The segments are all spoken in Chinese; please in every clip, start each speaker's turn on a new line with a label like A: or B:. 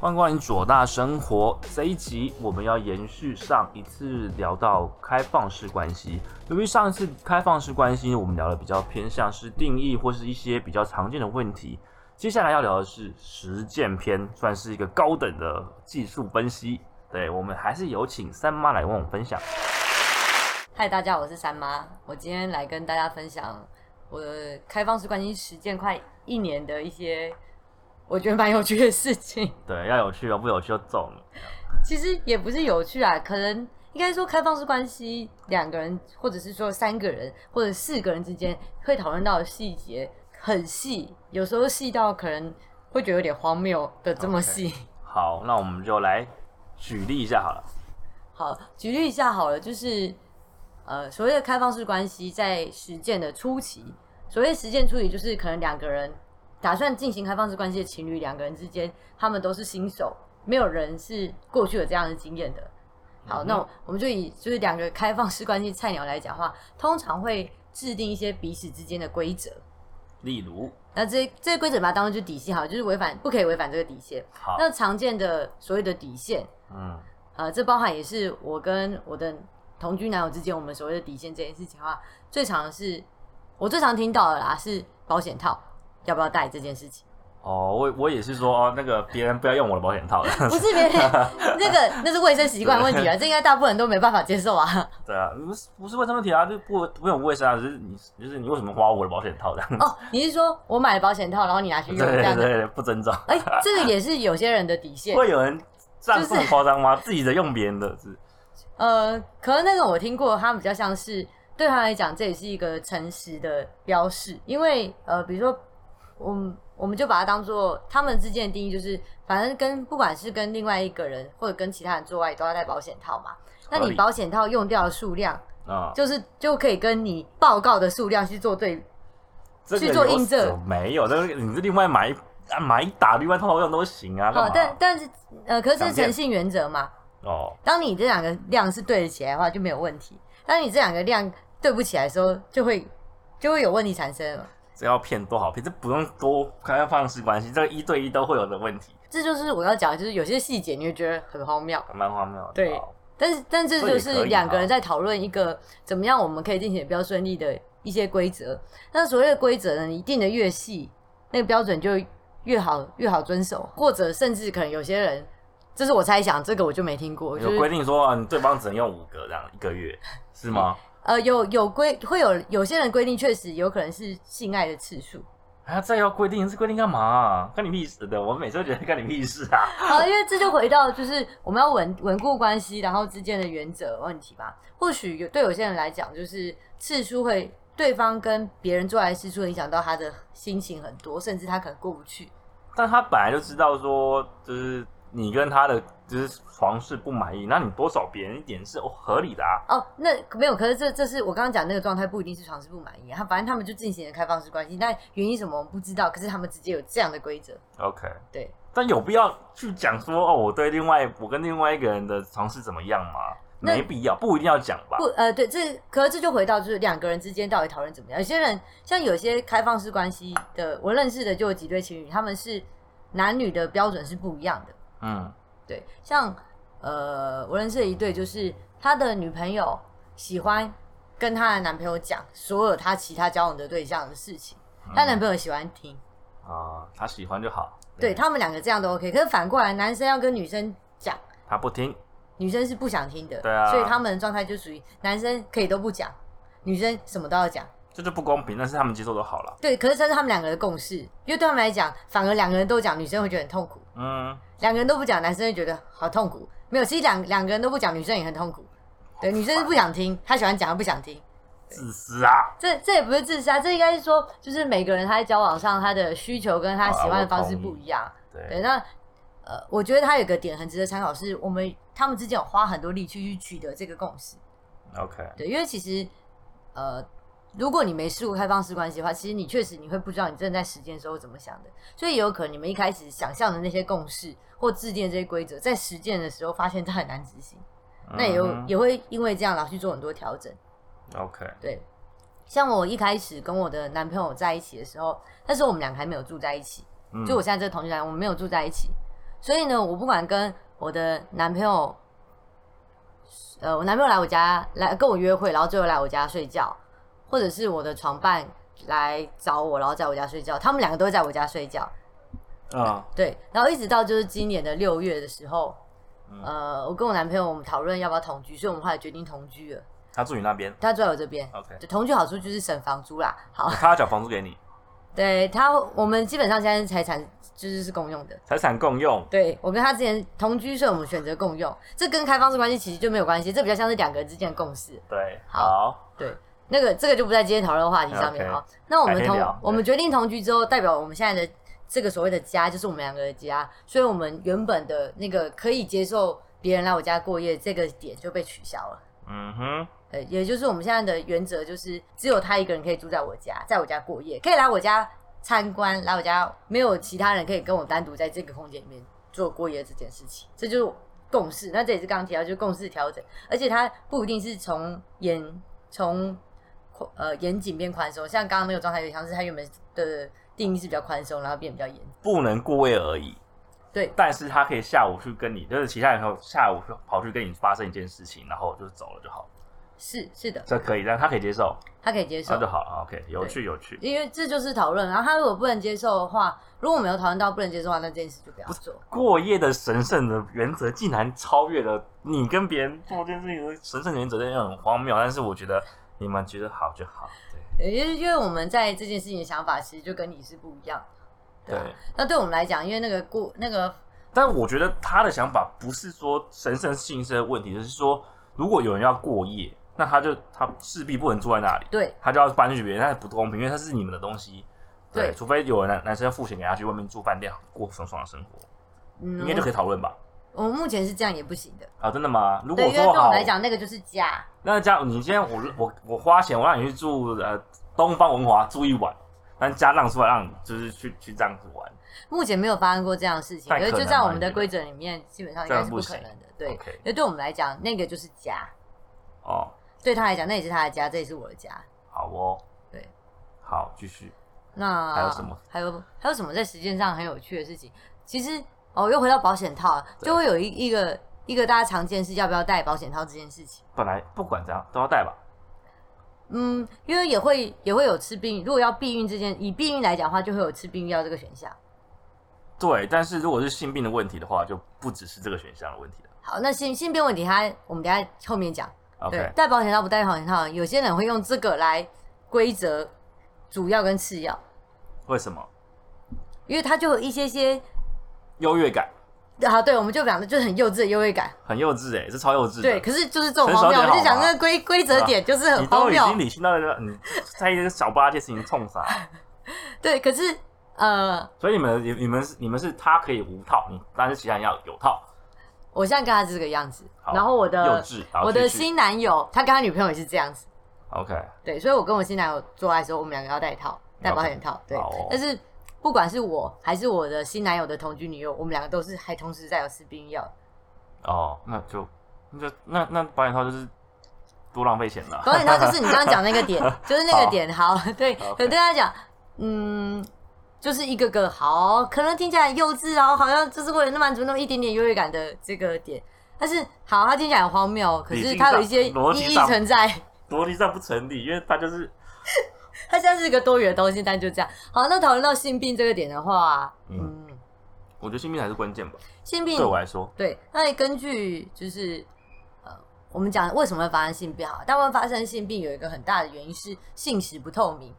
A: 欢迎光临左大生活。这一集我们要延续上一次聊到开放式关系。由于上一次开放式关系呢，我们聊的比较偏向是定义或是一些比较常见的问题。接下来要聊的是实践篇，算是一个高等的技术分析。对我们还是有请三妈来为我们分享。
B: 嗨，大家，我是三妈，我今天来跟大家分享我的开放式关系实践快一年的一些我觉得蛮有趣的事情。
A: 对，要有趣哦，不有趣就揍你。
B: 其实也不是有趣啊，可能应该说开放式关系，两个人或者是说三个人或者四个人之间会讨论到的细节很细，有时候细到可能会觉得有点荒谬的这么
A: OK
B: 细。
A: 好，那我们就来举例一下好了。
B: 好，举例一下好了，就是呃，所谓的开放式关系在实践的初期，所谓实践初期就是可能两个人打算进行开放式关系的情侣，两个人之间他们都是新手，没有人是过去有这样的经验的。好，那我们就以就是两个开放式关系菜鸟来讲话，通常会制定一些彼此之间的规则。
A: 例如，
B: 那这这些规则把它当做就底线好了，就是违反不可以违反这个底线。
A: 好，
B: 那常见的所谓的底线，
A: 嗯，
B: 呃，这包含也是我跟我的同居男友之间，我们所谓的底线这件事情的话，最常是我最常听到的啦，是保险套要不要带这件事情，
A: 哦，我我也是说哦，那个别人不要用我的保险套了。
B: 不是别人那个那是卫生习惯问题啊，这应该大部分人都没办法接受啊。
A: 对啊，不是不是卫生问题啊，就不不用卫生啊，只是你就是你为什么花我的保险套这样？
B: 哦，你是说我买了保险套，然后你拿去
A: 对
B: 用哎这
A: 对
B: 样啊子？
A: 对，不尊重。
B: 哎，这个也是有些人的底线。
A: 会有人这样这
B: 就
A: 么
B: 是
A: 夸张吗？自己的用别人的，是
B: 呃，可能那个我听过，它比较像是对他来讲，这也是一个诚实的标示，因为呃，比如说我们我们就把它当做他们之间的定义，就是反正跟不管是跟另外一个人或者跟其他人做爱，都要戴保险套嘛。那
A: 合
B: 你
A: 理
B: 保险套用掉的数量，
A: 啊，
B: 就是就可以跟你报告的数量去做对。
A: 这个
B: 去做
A: 有
B: 印证
A: 什么没有，但是你是另外买一啊买一打，另外套用都行啊。
B: 好、
A: 干嘛
B: 哦但但是呃，可是这是
A: 想见
B: 诚信原则嘛，
A: 哦，
B: 当你这两个量是对得起来的话，就没有问题；当你这两个量对不起来的时候，就会就会有问题产生了。
A: 这要骗多少骗？这不用多开放式关系，这个一对一都会有的问题，
B: 这就是我要讲的，就是有些细节你会觉得很荒谬，
A: 蛮荒谬的。
B: 对
A: 好
B: 但是但这
A: 这
B: 就
A: 也可
B: 是
A: 以
B: 两个
A: 啊
B: 人在讨论一个怎么样我们可以进行得比较顺利的一些规则。那所谓的规则呢，你定的越细，那个标准就越好越好遵守，或者甚至可能有些人，这是我猜想，这个我就没听过，就
A: 有规
B: 是
A: 定说啊你对方只能用五个这样一个月，是 吗？
B: 呃有有规会有有些人规定确实有可能是性爱的次数，
A: 啊，这要规定是规定干嘛、干你屁事的！我每次都觉得干你屁事啊。
B: 好，因为这就回到就是我们要稳稳固关系，然后之间的原则问题吧。或许有对有些人来讲，就是次数会对方跟别人做爱的次数影响到他的心情很多，甚至他可能过不去。
A: 但他本来就知道说，就是你跟他的就是床事不满意，那你多少别人一点是合理的啊。
B: 哦，那没有，可是这这是我刚刚讲那个状态，不一定是床是不满意啊，他反正他们就进行了开放式关系，但原因什么我们不知道，可是他们直接有这样的规则，
A: OK，
B: 对。
A: 但有必要去讲说哦，我对另外我跟另外一个人的床事怎么样吗？
B: 那
A: 没必要，不一定要讲吧
B: 不。，呃，对，这可是这就回到就是两个人之间到底讨论怎么样。有些人像有些开放式关系的，我认识的就有几对情侣，他们是男女的标准是不一样的。
A: 嗯，
B: 对，像呃，我认识的一对就是他的女朋友喜欢跟她的男朋友讲所有她其他交往的对象的事情，
A: 嗯
B: 她男朋友喜欢听，
A: 啊、他喜欢就好。嗯
B: 对他们两个这样都 OK。可是反过来，男生要跟女生讲，
A: 他不听，
B: 女生是不想听的，
A: 对啊
B: 所以他们的状态就属于男生可以都不讲，女生什么都要讲。
A: 这就不公平。但是他们接受就好了。
B: 对，可是这是他们两个的共识，因为对他们来讲，反而两个人都讲，女生会觉得很痛苦；
A: 嗯，
B: 两个人都不讲，男生会觉得好痛苦。没有，其实两两个人都不讲，女生也很痛苦。对，女生是不想听，她喜欢讲，她不想听。
A: 自私啊。
B: 这这也不是自杀，这应该是说，就是每个人他在交往上，他的需求跟他
A: 好啊
B: 喜欢的
A: 我
B: 方式
A: 同意
B: 不一样。对，
A: 对，
B: 那呃，我觉得他有个点很值得参考，是我们他们之间有花很多力气去取得这个共识。
A: OK，
B: 对，因为其实呃，如果你没试过开放式关系的话，其实你确实你会不知道你真的在实践的时候怎么想的，所以也有可能你们一开始想象的那些共识或制定的这些规则，在实践的时候发现它很难执行，那也有、
A: 嗯哼
B: 也会因为这样然后去做很多调整。
A: OK，
B: 对，像我一开始跟我的男朋友在一起的时候，那时候我们两个还没有住在一起，
A: 嗯
B: 就我现在这个同居男，我们没有住在一起，所以呢，我不管跟我的男朋友，呃，我男朋友来我家来跟我约会，然后最后来我家睡觉，或者是我的床伴来找我，然后在我家睡觉，他们两个都会在我家睡觉。
A: 啊，
B: 对，然后一直到就是今年的六月的时候，
A: 嗯
B: 呃，我跟我男朋友我们讨论要不要同居，所以我们后来决定同居了。
A: 他住你那 边
B: 他住在我这边，
A: ，OK，
B: 就同居好处就是省房租啦。好，
A: 他要缴房租给你，
B: 对他，我们基本上现在是财产就是是共用的。
A: 财产共用，
B: 对我跟他之前同居，所以我们选择共用，这跟开放式关系其实就没有关系，这比较像是两个人之间的共识。
A: 对，
B: 好
A: 好，
B: 对，那个这个就不在今天讨论的话题上面
A: OK
B: 啊。那我
A: 改
B: 们
A: 天
B: 同
A: 聊
B: 我们决定同居之后，代表我们现在的这个所谓的家就是我们两个的家，所以我们原本的那个可以接受别人来我家过夜这个点就被取消了。
A: 嗯哼，
B: 呃，也就是我们现在的原则就是，只有他一个人可以住在我家，在我家过夜，可以来我家参观，来我家没有其他人可以跟我单独在这个空间里面做过夜这件事情，这就是共识。那这也是刚刚提到，就是共识调整，而且它不一定是从严从宽呃严谨变宽松，像刚刚那个状态有点像是它原本的定义是比较宽松，然后变比较严。
A: 不能过夜而已。
B: 对
A: 但是他可以下午去跟你，就是其他人后下午跑去跟你发生一件事情，然后就走了就好，
B: 是是的，
A: 这可以，但他可以接受，
B: 他可以接受
A: 那就。好了。OK，有趣有趣。
B: 因为这就是讨论，然后他如果不能接受的话，如果我们有讨论到不能接受的话，那这件事就不要做。
A: 过夜的神圣的原则竟然超越了你跟别人做这件事情的神圣的原则，真的很荒谬。但是我觉得你们觉得好就好，
B: 对因为因为我们在这件事情的想法其实就跟你是不一样的，
A: 对
B: 啊
A: 对。
B: 那对我们来讲，因为那个过那个
A: 但我觉得他的想法不是说神圣性是问题，而是说如果有人要过夜，那他就他势必不能住在那里，
B: 对
A: 他就要搬去别人，那不公平，因为他是你们的东西。对，
B: 对
A: 除非有人男男生付钱给他去外面住饭店过爽爽的生活，
B: 嗯，
A: 应该就可以讨论吧？
B: 我们目前是这样也不行的，
A: 啊，真的吗？如
B: 对，
A: 果
B: 因为对
A: 说
B: 我
A: 好
B: 们，来讲，那个就是家，
A: 那这样你今天我我我花钱，我让你去住呃东方文华住一晚，但家让出来让你就是去去这样子玩，
B: 目前没有发生过这样的事情，
A: 太
B: 因为
A: 可
B: 就
A: 能
B: 在
A: 了
B: 我们的
A: 你觉得
B: 规则里面，基本上应该是不可能
A: 这样
B: 的，对，
A: OK
B: 因为对我们来讲，那个就是家，
A: 哦，
B: 对他来讲，那也是他的家，这也是我的家，
A: 好哦，
B: 对，
A: 好，继续，
B: 那
A: 还有什么？
B: 还有还有什么在实践上很有趣的事情？其实哦，又回到保险套，
A: 对
B: 就会有一一个一个大家常见是要不要戴保险套这件事情。
A: 本来不管怎样都要带吧。
B: 嗯，因为也会也会有吃避孕，如果要避孕这件，以避孕来讲的话，就会有吃避孕药这个选项。
A: 对，但是如果是性病的问题的话，就不只是这个选项的问题了。
B: 好，那性性病问题它，我们等一下后面讲。对
A: OK，，
B: 戴保险套不戴保险套，有些人会用这个来规则主要跟次要，
A: 为什么
B: 因为它就有一些些
A: 优越感
B: 好，对，我们就讲的就是很幼稚的优越感。
A: 很幼稚哎、欸，这超幼稚的。
B: 对，可是就是这种
A: 成熟
B: 荒谬，
A: 点
B: 我就
A: 好
B: 讲
A: 吗
B: 那个规规则点就是 很
A: 你
B: 荒
A: 都已
B: 谬。
A: 经理性到了，你在意这个小不拉几的事情冲啥？
B: 对，可是呃，
A: 所以你们、你你们、你们是他可以无套，你但是其他人要有套。
B: 我现在跟他是这个样子，
A: 好
B: 然后我
A: 幼
B: 的
A: 稚，好
B: 我的
A: 继续
B: 新男友，他跟他女朋友也是这样子，
A: OK，
B: 对，所以我跟我新男友做爱的时候，我们两个要戴套，戴保险套，对
A: 好哦，
B: 但是。不管是我还是我的新男友的同居女友，我们两个都是还同时在有吃避孕药。
A: 哦，那就那就那那保险套就是多浪费钱 了。
B: 保险套就是你刚刚讲那 个点，就是那个
A: 好
B: 点。好，对，
A: OK
B: 可对他讲，嗯，就是一个个好，可能听起来很幼稚，然哦后好像就是为了那满足那么一点点优越感的这个点，但是好，它听起来很荒谬，哦可
A: 理
B: 是
A: 性
B: 它有
A: 上
B: 一些意
A: 逻辑
B: 义
A: 上
B: 存在。
A: 逻辑上不成立，因为他就是
B: 它现在是一个多元的东西，但就这样。好，那讨论到性病这个点的话，
A: 嗯
B: 嗯，
A: 我觉得性病才是关键吧，
B: 性病
A: 对我来说。
B: 对，那根据就是呃，我们讲为什么会发生性病哈，大部分发生性病有一个很大的原因是性史不透明，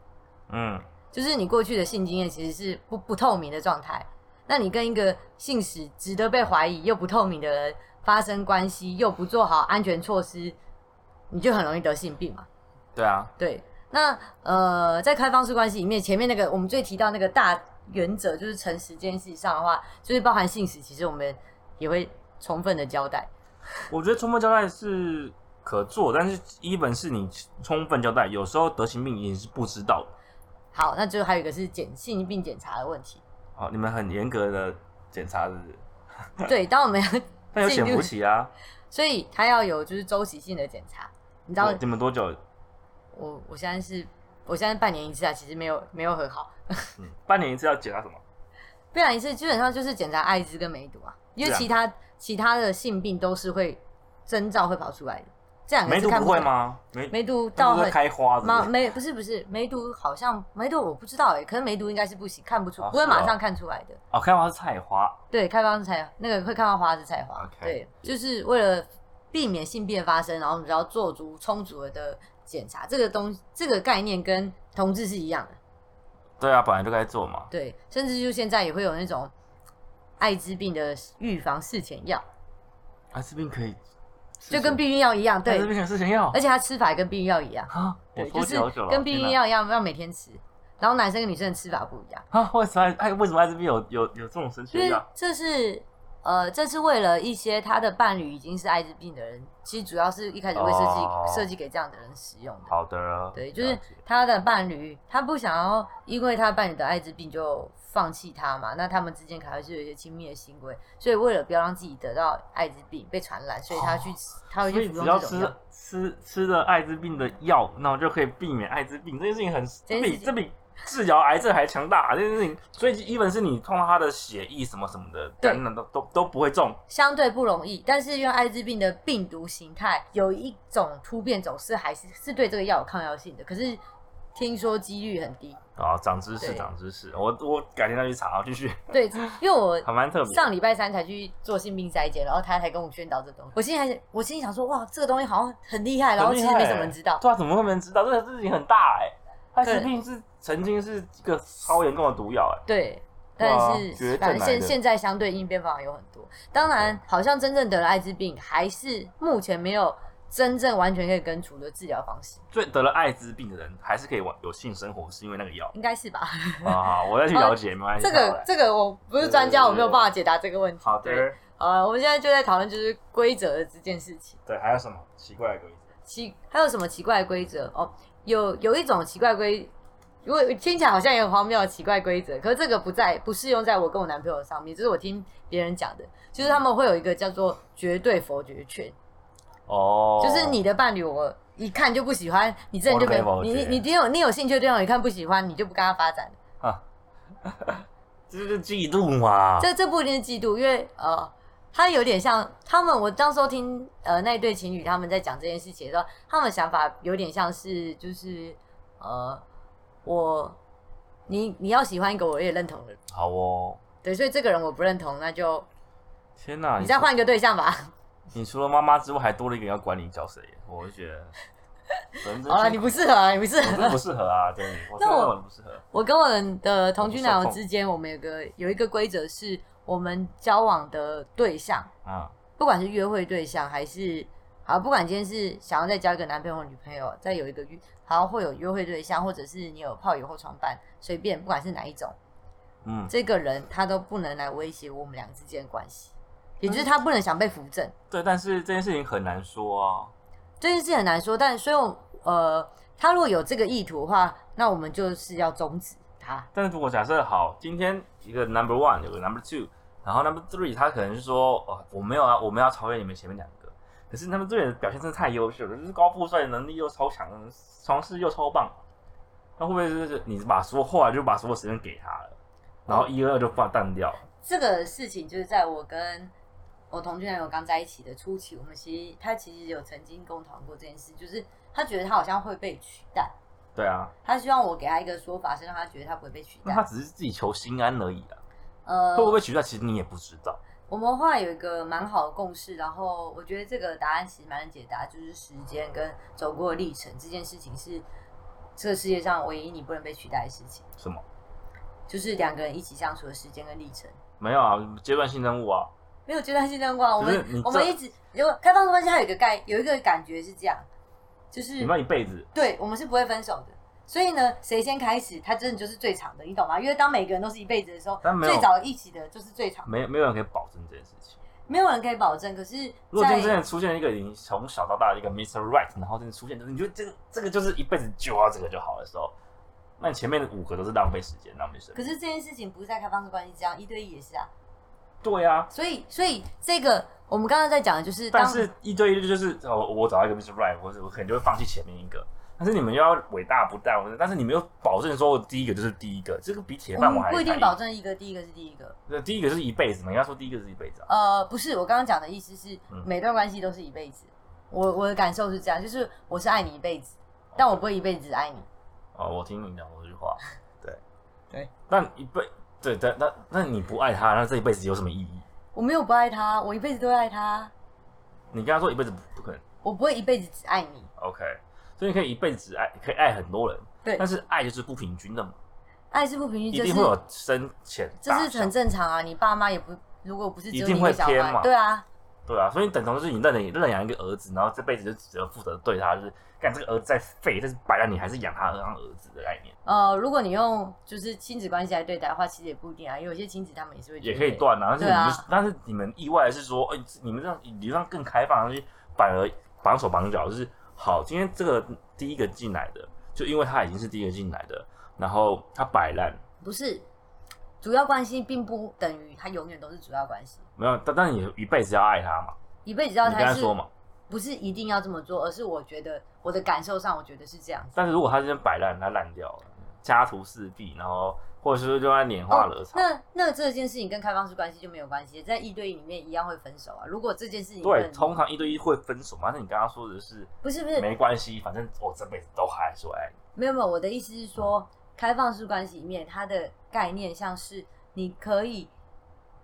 A: 嗯，
B: 就是你过去的性经验其实是不不透明的状态。那你跟一个性史值得被怀疑又不透明的人发生关系，又不做好安全措施，你就很容易得性病嘛。
A: 对啊，
B: 对，那呃，在开放式关系里面，前面那个我们最提到那个大原则，就是诚实这件事上的话，就是包含性史，其实我们也会充分的交代。
A: 我觉得充分交代是可做，但是一本是你充分交代，有时候得性病也是不知道的。
B: 好，那最后还有一个是检性病检查的 问题。
A: 好，哦你们很严格的检查是不是？
B: 对，当我们
A: 但有潜伏期啊，
B: 所以它要有就是周期性的检查。你知道
A: 哦你们多久？
B: 我我现在是，我现在半年一次啊，其实没有没有很好。
A: 嗯，半年一次要检查什么？
B: 必然一次基本上就是检查艾滋跟梅毒啊，因为
A: 对啊
B: 其他、其他的性病都是会征兆会跑出来的，这两个
A: 梅毒
B: 是哎看
A: 不会
B: 出来的？
A: 吗？梅
B: 梅毒
A: 它
B: 到
A: 不是
B: 很
A: 开花
B: 吗？
A: 的，
B: 梅不是不是梅毒好像梅毒我不知道哎、可是梅毒应该是不行，看不出，
A: 哦
B: 不会
A: 是
B: 马
A: 哦
B: 上看出来的。
A: 哦，开花是菜花，
B: 对，开放式菜那个会看到花是菜花
C: OK
B: 对，就是为了避免性病的发生，然后我们只要做足充足的检查，这个东这个概念跟同志是一样的，
A: 对啊，本来就该做嘛。
B: 对，甚至就现在也会有那种艾滋病的预防事前药，
A: 艾滋啊病可以，
B: 就跟避孕药一样，
A: 艾滋
B: 对，
A: 病可以事情要
B: 而且它吃法也跟避孕药一样，
A: 啊，我
B: 对，
A: 说
B: 就是
A: 久久了，
B: 跟避
A: 天
B: 孕
A: 哪
B: 药一样，要每天吃，然后男生跟女生的吃法不一样。
A: 啊，为什么艾为什么艾滋病有有有这种神奇
B: 因
A: 的
B: 为
A: 药？
B: 这是呃，这是为了一些他的伴侣已经是艾滋病的人，其实主要是一开始会设计、
A: 哦
B: 设计给这样的人使用的。
A: 好的，啊
B: 对，就是
A: 了解
B: 他的伴侣，他不想要因为他伴侣的艾滋病就放弃他嘛，那他们之间可能还是有一些亲密的行为，所以为了不要让自己得到艾滋病被传染，所以他去、他会
A: 哦所
B: 去
A: 以
B: 服
A: 只
B: 用
A: 要
B: 这种
A: 吃
B: 药。
A: 吃吃了艾滋病的药，那我就可以避免艾滋病。这件事情很，
B: 件
A: 这比
B: 事情
A: 这比治疗癌症还强大、这件事情，所以 even 是你碰到他的血液什么什么的
B: 对
A: 感染都都都不会中。
B: 相对不容易，但是因为艾滋病的病毒形态有一种突变走势，还是是对这个药有抗药性的，可是听说几率很低。
A: 啊，长知识，
B: 对
A: 长知识。我我改天再去查，继续，
B: 对，因为我
A: 还蛮特别。
B: 上礼拜三才去做性病筛检，然后他才跟我宣导这东西。我心里还我心里想说，哇，这个东西好像很厉害，然后
A: 很
B: 其
A: 厉
B: 实
A: 害
B: 没
A: 欸
B: 什么人知道。
A: 对啊，怎么会没人知道？这个事情很大哎、艾滋病是曾经是一个超严重的毒药哎、
B: 对，
A: 对啊
B: 但是
C: 绝症
B: 反正
C: 来
B: 现
C: 的
B: 现在相对应变方法有很多。当然，好像真正得了艾滋病，还是目前没有真正完全可以根除的治疗方式，
A: 所以得了艾滋病的人还是可以玩有性生活，是因为那个药
B: 应该是 吧？
A: 啊。我再去了 解，没关系。
B: 哦这
A: 好
B: 个
A: 嘞
B: 这个我不是专家，我没有办法解答这个问题。
A: 好的，
B: 对，呃，我们现在就在讨论就是规则的这件事情。
A: 对，还有什么奇怪的规则？
B: 奇还有什么奇怪的规则？哦，有有一种奇怪规，如果听起来好像也很荒谬的奇怪规则，可是这个不在不适用在我跟我男朋友上面，这是我听别人讲的，就是他们会有一个叫做绝对否决权，
A: 哦，
B: 就是你的伴侣我。一看就不喜欢，你这人就没
A: 我都可以
B: 你
A: 否决
B: 你你有你有兴趣的对象，一看不喜欢，你就不跟他发展了。
A: 啊， 这就是嫉妒嘛。
B: 这这不一定是嫉妒，因为呃，他有点像他们，我当时候听呃那一对情侣他们在讲这件事情的时候，他们想法有点像是就是呃我你你要喜欢一个我也认同的人，
A: 好哦，
B: 对， 所以这个人我不认同，那就
A: 天哪！
B: 你
A: 你
B: 再
A: 除
B: 换一个对象吧。
A: 你除了妈妈之外，还多了一个人要管你叫谁，我就觉 得人真
B: 好了，
A: 辛
B: 你
A: 苦
B: 不适合啊，你不适
A: 我真
B: 合
A: 的。不适合啊，真的，我
B: 那
A: 真的
B: 我
A: 认为不适合。
B: 我跟我的同居男
A: 我不
B: 友
A: 受控
B: 之间，我们有个有一个规则是，我们交往的对象
A: 嗯，
B: 不管是约会对象还是好，不管今天是想要再交一个男朋友、女朋友，再有一个约，好像会有约会对象，或者是你有炮友或床伴，随便，不管是哪一种，
A: 嗯，
B: 这个人他都不能来威胁我们俩之间的关系，也就是他不能想被扶正。
A: 对，但是这件事情很难说啊。
B: 这件事很难说，但所以我呃，他如果有这个意图的话，那我们就是要终止他。
A: 但是如果假设好，今天一个 number one 有个 number two，然后 number three 他可能是说，哦，我没有啊，我们要超越你们前面两个。可是 number three 的表现真的太优秀了，就是高富帅，能力又超强，尝试又超棒。那会不会就是你把所有后来就把所有时间给他了，然后一二就放淡掉？
B: 这个事情就是在我跟我同居男友刚在一起的初期，我们其实他其实有曾经跟我讨论过这件事，就是他觉得他好像会被取代，
A: 对啊，
B: 他希望我给他一个说法，是让他觉得他不会被取
A: 那他
B: 代。
A: 只是自己求心安而已啊，
B: 呃
A: 会，不会取代？其实你也不知道。
B: 我们后来有一个蛮好的共识，然后我觉得这个答案其实蛮能解答，就是时间跟走过的历程这件事情是这个世界上唯一你不能被取代的事情，
A: 什么？
B: 就是两个人一起相处的时间跟历程。
A: 没有啊，阶段性任务啊。
B: 没有阶段性灯光，我
A: 就是
B: 们
A: 你
B: 我们
A: 这
B: 一直有开放式关系，它有一个概有一个感觉是这样，就是
A: 你们要一辈子，
B: 对我们是不会分手的。所以呢，谁先开始，它真的就是最长的，你懂吗？因为当每个人都是一辈子的时候
A: 但，没有
B: 最早一起的就是最长，
A: 没没有人可以保证这件事情。
B: 没有人可以保证。可是
A: 如果今天真
B: 在
A: 的出现一个你从小到大的一个 Mr. Right，然后真的出现，你觉得这个这个就是一辈子就要这个就好的时候，那你前面的五个都是浪费时间、浪费生
B: 可
A: 命。
B: 是这件事情不是在开放式关系这样，一对一也是啊。
A: 对啊，
B: 所以所以这个我们刚刚在讲的就是当，
A: 但是一对一就是哦，我找到一个 Mr. Right，我我可能就会放弃前面一个，但是你们又要伟大不但，但是你们又保证说第一个就是第一个，这个比铁
B: 我
A: 饭
B: 们
A: 碗还
B: 嗯不一定
A: 还
B: 保证一个第一个是第一个。
A: 对第一个是一辈子嘛，应该说第一个是一辈子啊。
B: 呃，不是，我刚刚讲的意思是
A: 嗯，
B: 每段关系都是一辈子。我我的感受是这样，就是我是爱你一辈子，但我不会一辈子爱你。
A: 哦，我听你讲过这句话，对
B: 对。
A: 那一辈对，但那那你不爱他，那这一辈子有什么意义？
B: 我没有不爱他，我一辈子都会爱他，
A: 你跟他说一辈子不不可能
B: 我不会一辈子只爱你。
A: ，OK？所以你可以一辈子只爱，可以爱很多人，
B: 对
A: 但是爱就是不平均的嘛，
B: 爱是不平
A: 一
B: 均，这
A: 定
B: 是
A: 会有深浅
B: 这
A: 大
B: 是
A: 小
B: 很，正常啊。你爸妈也不，如果不是只有
A: 一
B: 你
A: 定
B: 一
A: 会
B: 个小
A: 偏嘛
B: 孩，对啊，
A: 对啊。所以等同就是你认养认养一个儿子，然后这辈子就只能负责对他，就是干这个儿子再废，但是摆烂你还是养他当儿子的概念，
B: 呃，如果你用就是亲子关系来对待的话，其实也不一定啊。有些亲子他们也是会觉得
A: 也可以断啊。但是你
B: 对啊
A: 们就、但是你们意外的是说，哎、你们这样理论上更开放，就是反而绑手绑脚，就是好，今天这个第一个进来的，就因为他已经是第一个进来的，然后他摆烂，
B: 不是主要关系，并不等于他永远都是主要关系。
A: 没有，但但你一辈子要爱他嘛。
B: 一辈子要
A: 你跟
B: 他
A: 他
B: 是
A: 说嘛。
B: 不是一定要这么做，而是我觉得我的感受上，我觉得是这样子。
A: 但是如果他今天摆烂，他烂掉了，家徒四壁，然后或者是就在拈花惹草，
B: 哦那那这件事情跟开放式关系就没有关系，在一对一里面一样会分手啊。如果这件事情
A: 对，
B: 很
A: 通常一对一会分手嘛。但是你刚刚说的是
B: 不是不是
A: 没关系，反正我这辈子都还说爱你。
B: 没有没有，我的意思是说，开放式关系里面它的概念像是你可以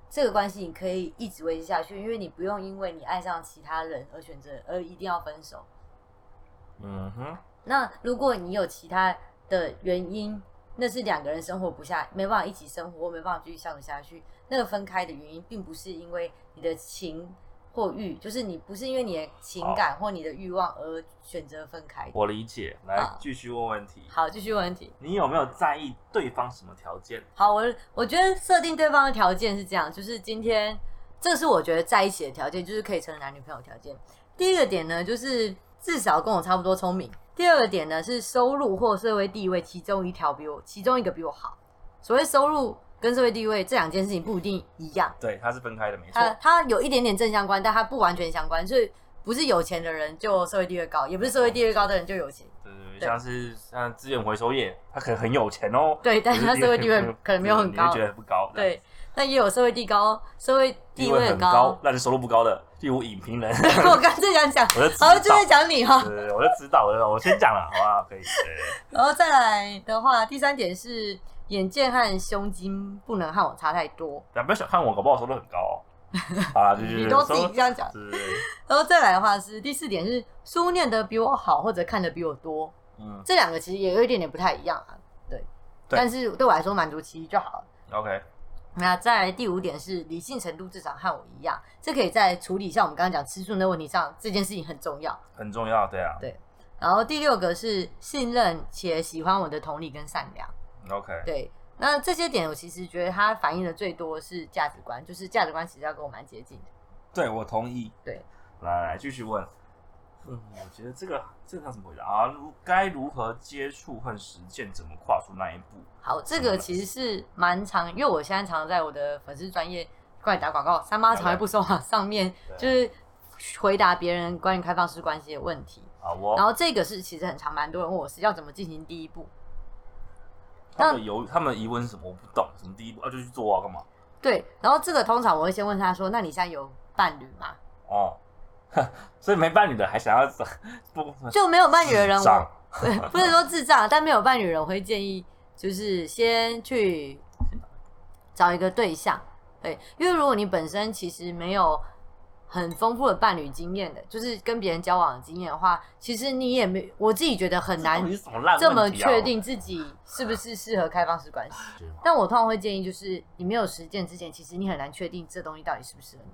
B: 这个关系你可以一直维持下去，因为你不用因为你爱上其他人而选择而一定要分手。
A: 嗯哼，
B: 那如果你有其他的原因，那是两个人生活不下，没办法一起生活，没办法继续相处下去。那个分开的原因，并不是因为你的情或欲，就是你不是因为你的情感或你的欲望而选择分开的。
A: 我理解。来
B: 好
A: 继续问问题，
B: 好，继续问题。
A: 你有没有在意对方什么条件？
B: 好，我我觉得设定对方的条件是这样，就是今天这是我觉得在一起的条件，就是可以成为男女朋友的条件。第一个点呢，就是至少跟我差不多聪明；第二个点呢，是收入或社会地位其中一条比我其中一个比我好。所谓收入跟社会地位这两件事情不一定一样，
A: 对，他是分开的，没错。
B: 它它有一点点正相关，但它不完全相关，所以不是有钱的人就社会地位高，也不是社会地位高的人就有钱。
A: 对对对，
B: 对
A: 像是像资源回收业，他可能很有钱哦，
B: 对，但
A: 可是
B: 他社会地 位
A: 你
B: 可能没有很
A: 你
B: 高
A: 会觉。得不高。这样
B: 对，但也有社会地高，社会地
A: 地
B: 位
A: 位很
B: 很高
A: 高，。但是收入不高的，例如影评人，
B: 我刚正想讲，
A: 我就知
B: 好，就
A: 道
B: 是讲你哈。
A: 对对，对，我就知道，我就我先讲了，好不好？可以。对对对
B: 然后再来的话，第三点是眼见和胸襟不能和我差太多，
A: 但不要小看我，搞不好收入很高 哦。好啦，就是
B: 你都自己这样讲。
A: 对对对，
B: 然后再来的话是第四点是书念得比我好或者看得比我多，
A: 嗯
B: 这两个其实也有一点点不太一样啊。对，
A: 对
B: 但是对我来说满足其一就好了。
A: ，OK，
B: 那再来第五点是理性程度至少和我一样，这可以在处理像我们刚刚讲吃素的问题上，这件事情很重要。
A: 很重要，对啊
B: 对然后第六个是信任且喜欢我的同理跟善良。
A: ，OK，
B: 对，那这些点我其实觉得它反映的最多是价值观，就是价值观其实要跟我蛮接近的。
A: 对我同意。
B: 对，
A: 来来来继续问。嗯，我觉得这个这个要怎么回答啊？如该如何接触和实践，怎么跨出那一步？
B: 好，这
A: 嗯
B: 个其实是蛮常，因为我现在常常在我的粉丝专业关于打广告，三妈常会不收网上面
A: 对
B: 就是回答别人关于开放式关系的问题。
A: 好哦，
B: 然后这个是其实很常蛮多人问我是要怎么进行第一步。
A: 他们有他们疑问是什么？我不懂，什么第一步啊？就去做啊，干嘛？
B: 对，然后这个通常我会先问他说：“那你现在有伴侣吗
A: 哦，所以没伴侣的还想要不？”
B: 就没有伴侣的人，
A: 智
B: 我
A: 障
B: 对， 不能说智障，但没有伴侣人，我会建议就是先去找一个对象，对，因为如果你本身其实没有很丰富的伴侣经验的，就是跟别人交往的经验的话，其实你也没，我自己觉得很
A: 到
B: 难
A: 底是什么烂
B: 这么
A: 问题啊
B: 确？定自己是不是适合开放式 关系。
A: 我觉得
B: 但我通常会建议，就是你没有实践之前，其实你很难确定这东西到底适不适合你。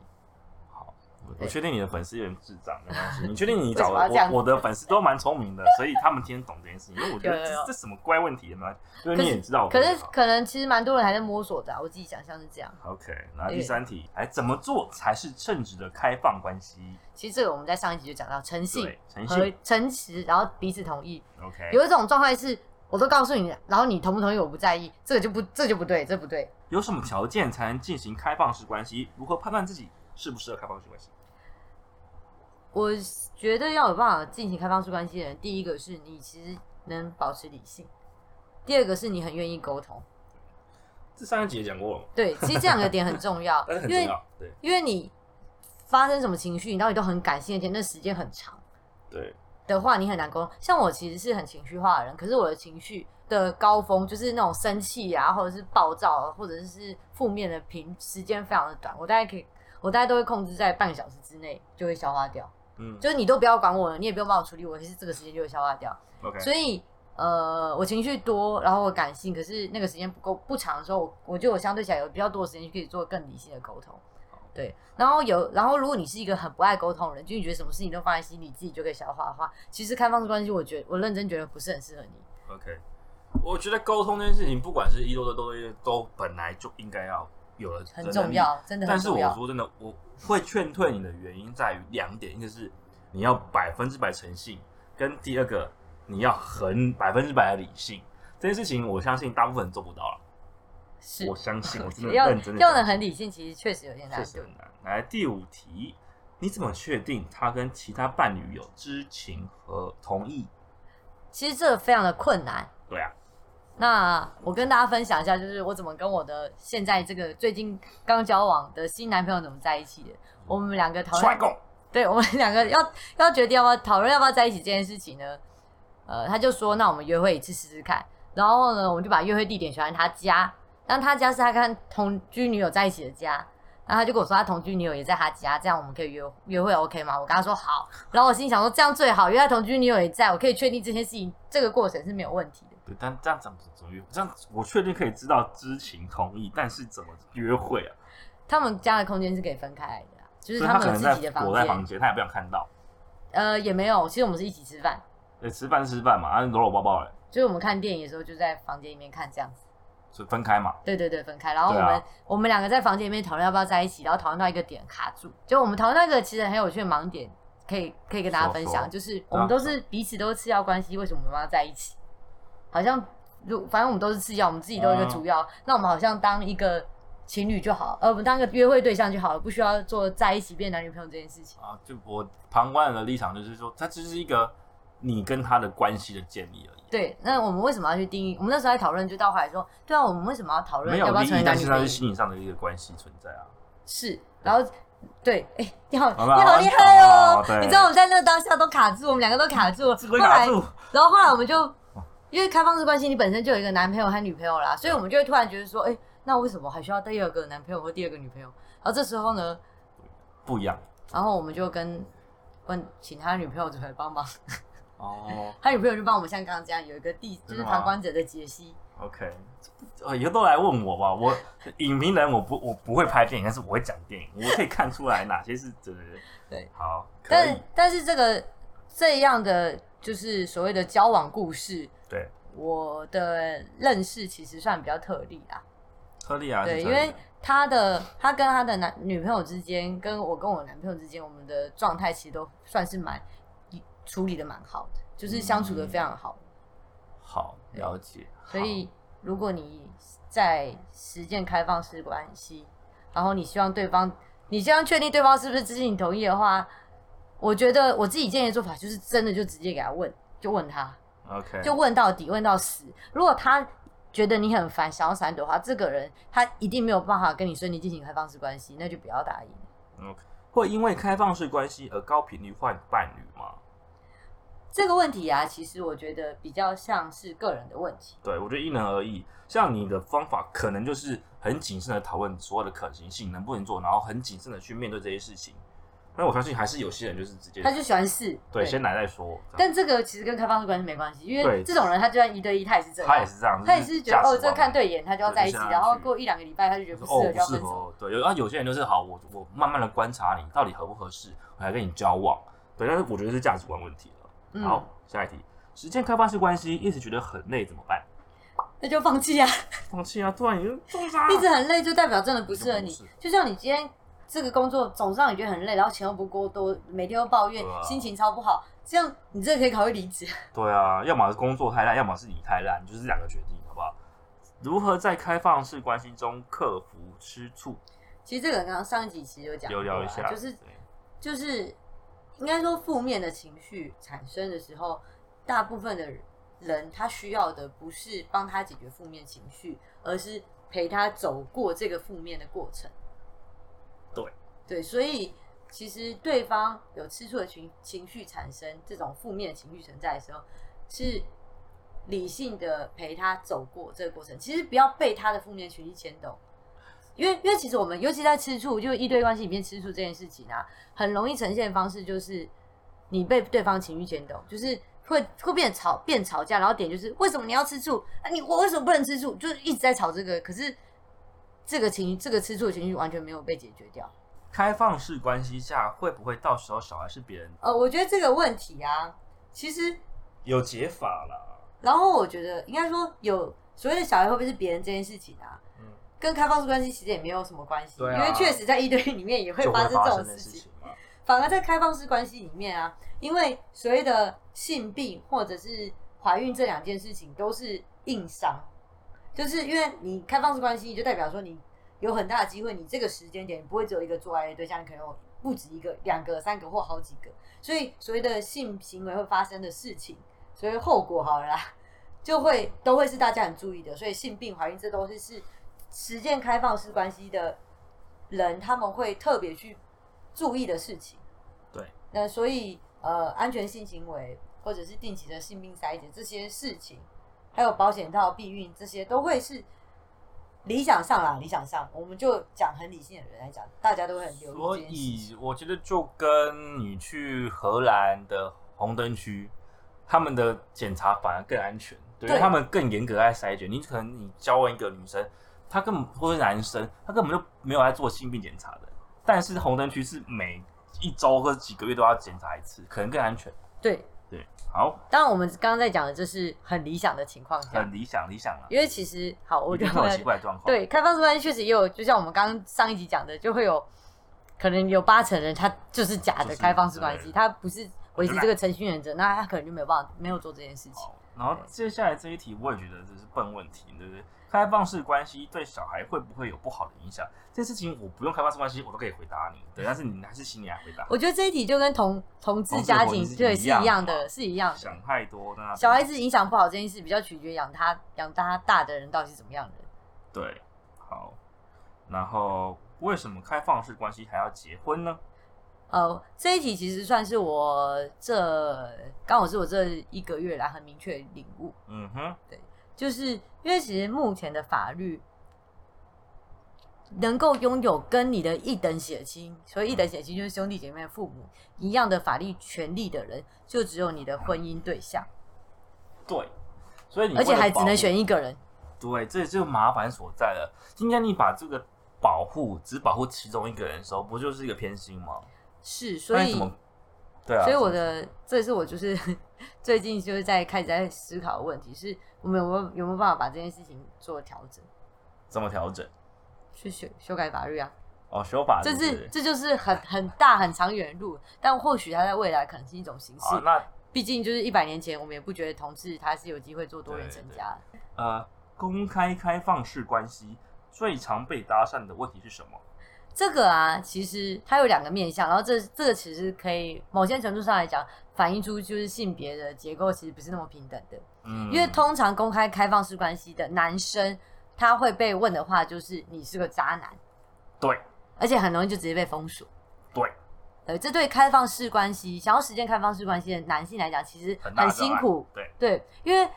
A: 我我
B: 对
A: 确定你的粉丝有点智障，没关系。你确定你
B: 为什
A: 找
B: 么要
A: 的
B: 这样
A: 我
B: 子
A: 我的粉丝都蛮聪明的，所以他们听得懂这件事情。因为我觉得
B: 有有有
A: 这这什么怪问题嘛，因为
B: 可
A: 你
B: 是
A: 也知道我
B: 可
A: 的
B: 是
A: 嘛。
B: 可能其实蛮多人还在摸索的啊、我自己想象是这样。
A: OK，然后第三题，哎，怎么做才是称职的开放关系？
B: 其实这个我们在上一集就讲到诚信
A: 对，诚
B: 和
A: 信。
B: 诚实，然后彼此同意。
A: OK，
B: 有一种状态是，我都告诉你，然后你同不同意我不在意，这个就不，这就不对，这不对。
A: 有什么条件才能进行开放式关系？如何判断自己适不适合开放式关系？
B: 我觉得要有办法进行开放式关系的人，第一个是你其实能保持理性，第二个是你很愿意沟通。
A: 这上一集也讲过了嘛，
B: 对，其实这两个点很 重要
A: 但是，很
B: 因
A: 重
B: 为
A: 要。对
B: 因为你发生什么情绪，你到底都很感性，而且那时间很长
A: 对，
B: 的话，你很难沟通。像我其实是很情绪化的人，可是我的情绪的高峰就是那种生气啊，或者是暴躁啊，或者是负面的频时间非常的短，我大概可以，我大概都会控制在半个小时之内就会消化掉。
A: 嗯
B: 就是你都不要管我了，你也不用帮我处理，我是这个时间就会消化掉。
A: ，OK，
B: 所以呃，我情绪多，然后我感性，可是那个时间不够不长的时候，我我觉得我相对起来有比较多的时间可以做更理性的沟通。对，然后有，然后如果你是一个很不爱沟通的人，就你觉得什么事情都放在心里，自己就可以消化的话，其实开放式关系，我觉得我认真觉得不是很适合你。
A: OK，我觉得沟通这件事情，不管是一多多多都本来就应该要有了，
B: 很重。要，真的很
A: 但是
B: 重
A: 我
B: 要。
A: 说真的，我会劝退你的原因在于两点，一个是你要百分之百诚信，跟第二个你要很百分之百的理性。这件事情我相信大部分人做不到了，
B: 是
A: 我相信我真的
B: 要
A: 认真的
B: 要能很理性，其实确实有点
A: 确
B: 难度
A: 实。很难。来第五题，你怎么确定他跟其他伴侣有知情和同意？
B: 其实这个非常的困难，
A: 对啊，
B: 那我跟大家分享一下，就是我怎么跟我的现在这个最近刚交往的新男朋友怎么在一起的。我们两个讨
A: 帅
B: 论，
A: 狗
B: 对我们两个要 要决定要不要讨论要不要在一起这件事情呢，呃，他就说那我们约会一次试试看。然后呢，我们就把约会地点选在他家，但他家是他跟同居女友在一起的家。然后他就跟我说，他同居女友也在他家，这样我们可以约约会，OK 吗？我跟他说好。然后我心想说，这样最好，因为他同居女友也在，我可以确定这件事情，这个过程是没有问题的。
A: 对，但这样怎么怎么约？这样我确定可以知道知情同意，但是怎么约会啊？
B: 他们家的空间是可以分开来的啦，就是
A: 所以
B: 他
A: 他
B: 们
A: 可
B: 有
A: 能
B: 自己的
A: 在
B: 房
A: 躲在
B: 间。
A: 房间，他也不想看到。
B: 呃，也没有，其实我们是一起吃饭，
A: 呃，吃饭吃饭嘛，啊，搂搂抱抱嘞，
B: 就是我们看电影的时候就在房间里面看这样子。
A: 所以分开嘛。
B: 对对对，分开。然后我
A: 对啊
B: 们、我们两个在房间里面讨论要不要在一起，然后讨论到一个点卡住，就我们讨论到一个其实很有趣的盲点，可以可以跟大家分享，
A: 说说
B: 就是我们都
A: 啊
B: 是彼此都是次要关系，为什么我们要在一起？好像如反正我们都是次要，我们自己都有一个主要，
A: 嗯
B: 那我们好像当一个情侣就好，呃，我们当一个约会对象就好了，不需要做在一起变男女朋友这件事情。
A: 啊，就我旁观人的立场就是说，他只是一个你跟他的关系的建立而已，
B: 对，那我们为什么要去定义？我们那时候在讨论，就到后来说，对啊，我们为什么要讨论
A: 没
B: 要
A: 有
B: 不要
A: 利
B: 成
A: 益
B: 为，男
A: 但
B: 女
A: 是他
B: 朋友
A: 是？心理上的一个关系存在啊。
B: 是，然后对，哎、你好，
A: 好
B: 你
A: 吧
B: 好厉害
A: 好
B: 哦！
A: 吧对
B: 你知道我们在那当下都卡住，我们两个都卡住，
A: 这个
B: 后
A: 卡
B: 来，
A: 住，哦
B: 然后后来我们就因为开放式关系，你本身就有一个男朋友和女朋友啦，所以我们就会突然觉得说，哎、那为什么还需要第二个男朋友或第二个女朋友？然后这时候呢，
A: 不一样
B: 然后我们就跟问请他女朋友出来帮忙，
A: 哦。
B: 他女朋友就帮我们像刚刚这样有一个第就
A: 真
B: 是
A: 的吗
B: 旁观者的解析。
A: OK，呃，以后都来问我吧。我影评人，我不我不会拍电影，但是我会讲电影，我可以看出来哪些是真的。
B: 对，
A: 好，可
B: 但
A: 以，
B: 但是这个这样的就是所谓的交往故事，
A: 对，
B: 我的认识其实算比较特例啦。
A: 特例啊，
B: 对，
A: 是
B: 因
A: 特例
B: 为他的他跟他的男女朋友之间，跟我跟我男朋友之间，我们的状态其实都算是蛮处理的蛮好的，就是相处的
A: 嗯
B: 非常好。
A: 好了解，
B: 所以如果你在实践开放式关系，然后你希望对方，你希望确定对方是不是知情同意的话，我觉得我自己建议的做法就是真的就直接给他问，就问他，
A: 好 OK，
B: 就问到底，问到死。如果他觉得你很烦，想要闪躲的话，这个人他一定没有办法跟你顺利进行开放式关系，那就不要答应。
A: OK，会因为开放式关系而高频率换伴侣吗？
B: 这个问题啊，其实我觉得比较像是个人的问题。
A: 对，我觉得因人而异。像你的方法，可能就是很谨慎的讨论所有的可行性能不能做，然后很谨慎的去面对这些事情。但我相信还是有些人就是直接
B: 他就喜欢试，
A: 对先来再说，这样
B: 但这个其实跟开放式关系没关系，因为
A: 对
B: 这种人他就算一对一，他也是这样，
A: 他也是这样，
B: 他也
A: 就是
B: 觉
A: 价
B: 得
A: 值
B: 哦，这
A: 观
B: 看对眼，他就要在一起，
A: 对就下
B: 然后
A: 去
B: 过一两个礼拜他就觉得
A: 就
B: 不
A: 是哦
B: 适合就
A: 不
B: 要
A: 适
B: 分手。
A: 合，对，有啊有些人就是好，我我慢慢的观察你到底合不合适，我来跟你交往，对，但是我觉得是价值观问题了。
B: 嗯
A: 好，下一题，实践开放式关系一直觉得很累怎么办？
B: 那就放弃啊！
A: 放弃啊，对啊，你就中啥？
B: 一直很累，就代表真的不适合你
A: 就不适合。
B: 就像你今天这个工作总是让你觉得很累，然后钱又不够多，每天又抱怨
A: 对，啊
B: 心情超不好，这样你真的可以考虑离职。
A: 对啊，要么是工作太烂，要么是你太烂，就是两个决定，好不好？如何在开放式关系中克服吃醋？
B: 其实这个刚刚上一集其实有讲过
A: 有
B: 啊，
A: 聊一下，
B: 就是
A: 对
B: 就是应该说负面的情绪产生的时候，大部分的人他需要的不是帮他解决负面情绪，而是陪他走过这个负面的过程。
A: 对
B: 对，所以其实对方有吃醋的情情绪产生这种负面情绪存在的时候，是理性的陪他走过这个过程。其实不要被他的负面情绪牵动，因为因为其实我们尤其在吃醋，就一对关系里面吃醋这件事情啊，很容易呈现的方式就是你被对方情绪牵动，就是。会会变吵变吵架，然后点就是为什么你要吃醋啊？你我为什么不能吃醋？就是一直在吵这个，可是这个情绪这个吃醋的情绪完全没有被解决掉。
A: 开放式关系下，会不会到时候小孩是别人
B: 呃，我觉得这个问题啊，其实，
A: 有解法啦？
B: 然后我觉得应该说有所谓的小孩会不会是别人这件事情啊，
A: 嗯，
B: 跟开放式关系其实也没有什么关系，
A: 对啊
B: 因为确实在一对一里面也会
A: 就
B: 发
A: 会发
B: 生这
A: 生
B: 种
A: 的
B: 事
A: 事
B: 情。
A: 情嘛。
B: 反而在开放式关系里面啊，因为所谓的性病或者是怀孕这两件事情都是硬伤，就是因为你开放式关系，就代表说你有很大的机会，你这个时间点你不会只有一个做爱的对象，你可能有不止一个、两个、三个或好几个，所以所谓的性行为会发生的事情，所以后果好了啦， 就会都会是大家很注意的，所以性病、怀孕这都是是实践开放式关系的人他们会特别去注意的事情。
A: 对，
B: 那所以呃，安全性行为或者是定期的性病筛检这些事情，还有保险套、避孕这些都会是。理想上啦，理想上，我们就讲很理性的人来讲，大家都会很留意
A: 所
B: 这件事情。
A: 以我觉得就跟你去荷兰的红灯区，他们的检查反而更安全，对，因为
B: 对
A: 他们更严格爱筛选。你可能你交往一个女生，她根本或是男生，他根本就没有在做性病检查的，但是红灯区是每一周或者几个月都要检查一次，可能更安全。
B: 对，
A: 对，好，
B: 当然我们刚刚在讲的就是很理想的情况下，
A: 很理想理想了、啊。
B: 因为其实好，我
A: 一
B: 觉
A: 定
B: 得
A: 会有奇怪的状况，，
B: 对开放式关系确实也有，就像我们刚刚上一集讲的，就会有可能有八成人他就是假
A: 就
B: 的
A: 是
B: 开放式关系，
A: 对
B: 他不是维持这个程序原则，那他可能就没有办法没有做这件事情
A: 好。，然后接下来这一题，我也觉得这是笨问题，对不对？开放式关系对小孩会不会有不好的影响？这事情我不用开放式关系，我都可以回答你。对，但是你还是请你来回答。
B: 我觉得这一题就跟同同志
A: 同志
B: 家
A: 婚
B: 庭
A: 姻是
B: 对
A: 一
B: 是
A: 样
B: 一样
A: 的
B: 的，是一样的。
A: 想太多，那
B: 小孩子影响不好这件事，比较取决于养他养他大的人到底是怎么样的人。
A: 对，好。然后为什么开放式关系还要结婚呢？
B: 呃，这一题其实算是我这刚好是我这一个月来很明确的领悟，
A: 嗯哼，
B: 就是因为其实目前的法律能够拥有跟你的一等血亲，所以一等血亲就是兄弟姐妹、父母一样的法律权利的人，就只有你的婚姻对象，
A: 对，所以你
B: 而且
A: 为了
B: 还只
A: 保
B: 能
A: 护
B: 选一个人。
A: 对，这就麻烦所在了。今天你把这个保护只保护其中一个人的时候，不就是一个偏心吗？
B: 是，所
A: 那你
B: 以
A: 怎么？对啊，
B: 所以我的这也是我就是 最近就是在开始在思考的问题，是我们有没有有没有办法把这件事情做调整，
A: 怎么调整？
B: 去修修改法律啊？
A: 哦，修法
B: 这
A: 是不是
B: 是这就是很很大很长远的路，但或许它在未来可能是一种形式
A: 好，。那
B: 毕竟就是一百年前，我们也不觉得同志他是有机会做多元成家。
A: 呃，公开开放式关系最常被搭讪的问题是什么？
B: 这个啊，其实它有两个面向，然后这这个其实可以某些程度上来讲，反映出就是性别的结构其实不是那么平等的。
A: 嗯
B: 因为通常公开开放式关系的男生，他会被问的话就是你是个渣男，
A: 对
B: 而且很容易就直接被封锁。
A: 对，
B: 呃，这对开放式关系想要实践开放式关系的男性来讲，其实
A: 很大
B: 很
A: 的障
B: 辛
A: 碍
B: 苦，
A: 对，
B: 对，因为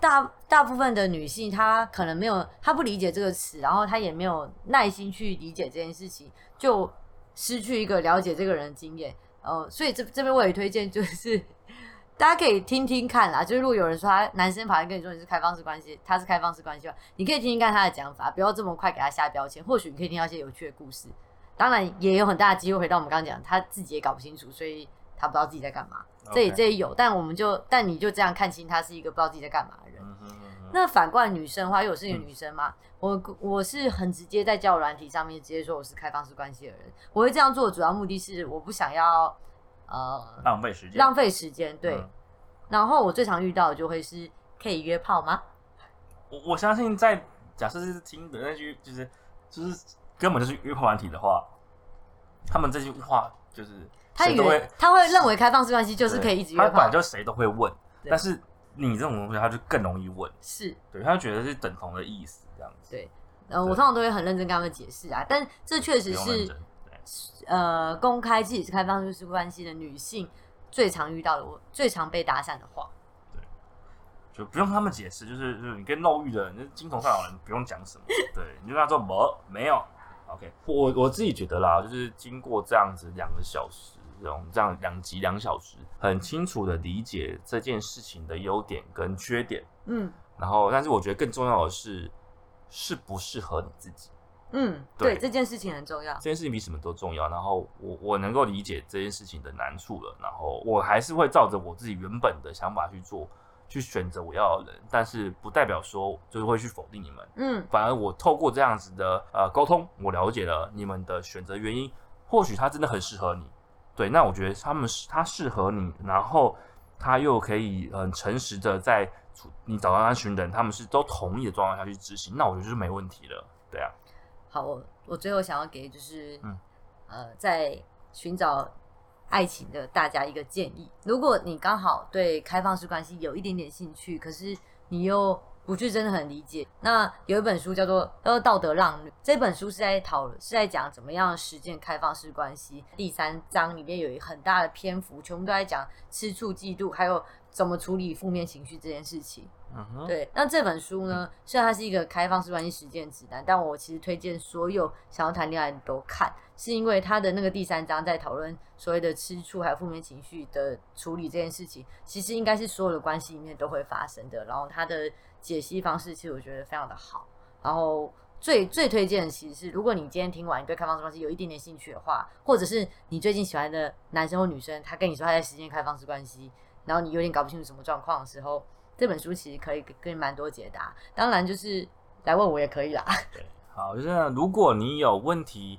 B: 大大部分的女性，她可能没有，她不理解这个词，然后她也没有耐心去理解这件事情，就失去一个了解这个人的经验。呃，所以这这边我也推荐，就是大家可以听听看啦。就是如果有人说他男生跑来跟你说你是开放式关系，他是开放式关系吧，你可以听听看他的讲法，不要这么快给他下标签。或许你可以听到一些有趣的故事，当然也有很大的机会回到我们刚刚讲，他自己也搞不清楚，所以他不知道自己在干嘛。这也
A: OK
B: 这也有，但我们就但你就这样看清他是一个不知道自己在干嘛的人。
A: 嗯哼嗯哼
B: 那反观女生的话，因为我是一个女生嘛，
C: 嗯
B: 我我是很直接在交友软体上面直接说我是开放式关系的人。我会这样做，主要目的是我不想要呃
A: 浪费时间，
B: 浪费时间。对，
A: 嗯
B: 然后我最常遇到的就会是可以约炮吗？
A: 我我相信在假设是听的那句就是就是根本就是约炮软体的话，他们这句话
C: 就是
B: 他
C: 谁
B: 以
C: 都
B: 为
C: 会，
B: 他会认为开放式关系就是
C: 对
B: 可以一直
C: 他
B: 约
C: 本
B: 炮
C: 来，就谁都会问，
B: 对
C: 但是你这种东西他就更容易问，
B: 是
C: 对他觉得是等同的意思这样子，
B: 对。呃，我
C: 对
B: 通常都会很认真跟他们解释啊，但这确
C: 不
B: 实
C: 用认
B: 是
C: 真。对，
B: 呃，公开自己是开放式关系的女性最常遇到的，我最常被搭讪的话。
C: 就不用跟他们解释，就是就是你跟漏遇的人，就是金童上脑人，不用讲什么，对，你就跟他说没没有，OK，
A: 我我自己觉得啦，就是经过这样子两个小时，这种这样两集两小时，很清楚的理解这件事情的优点跟缺点。
B: 嗯
A: 然后，但是我觉得更重要的是，适不适合你自己，
B: 嗯，
A: 对
B: 对，这件事情很重要
A: 这。件事情比什么都重要。然后我我能够理解这件事情的难处了，然后我还是会照着我自己原本的想法去做，去选择我要的人，但是不代表说就是会去否定你们。
B: 嗯，
A: 反而我透过这样子的呃沟通，我了解了你们的选择原因，或许他真的很适合你，对，那我觉得他们是他适合你，然后他又可以很诚实的在处你找到那群人，他们是都同意的状况下去执行，那我觉得就是没问题了，对啊，
B: 好，我我最后想要给就是，
A: 嗯
B: 呃，在寻找爱情的大家一个建议：如果你刚好对开放式关系有一点点兴趣，可是你又不是真的很理解，那有一本书叫做《叫做道德浪女》，这本书是在讨论是在讲怎么样实践开放式关系。第三章里面有一很大的篇幅，全部都在讲吃醋、嫉妒，还有怎么处理负面情绪这件事情。
A: 嗯哼，
B: 对，那这本书呢，虽然它是一个开放式关系实践指南，但我其实推荐所有想要谈恋爱的都看，是因为它的那个第三章在讨论所谓的吃醋还有负面情绪的处理这件事情，其实应该是所有的关系里面都会发生的。然后它的解析方式，其实我觉得非常的好。然后最最推荐的其实是，如果你今天听完，你对开放式关系有一点点兴趣的话，或者是你最近喜欢的男生或女生，他跟你说他在实践开放式关系，然后你有点搞不清楚什么状况的时候，这本书其实可以给给你蛮多解答。当然就是来问我也可以啦。
A: 好，就是呢如果你有问题。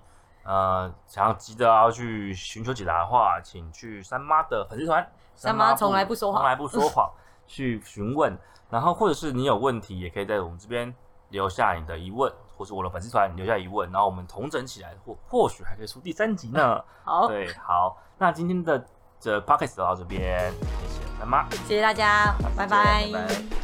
A: 呃，想要急着要去寻求解答的话，请去三妈的粉丝团。
B: 三妈从来不说谎
A: 从来不说谎，去询问。然后或者是你有问题，也可以在我们这边留下你的疑问，或是我的粉丝团留下疑问，然后我们统整起来，或或许还可以出第三集呢。
B: 好，
A: 对，好，那今天的这 podcast 就到这边，谢谢三妈，
B: 谢谢大家，
A: 下次见
B: 拜
A: 拜拜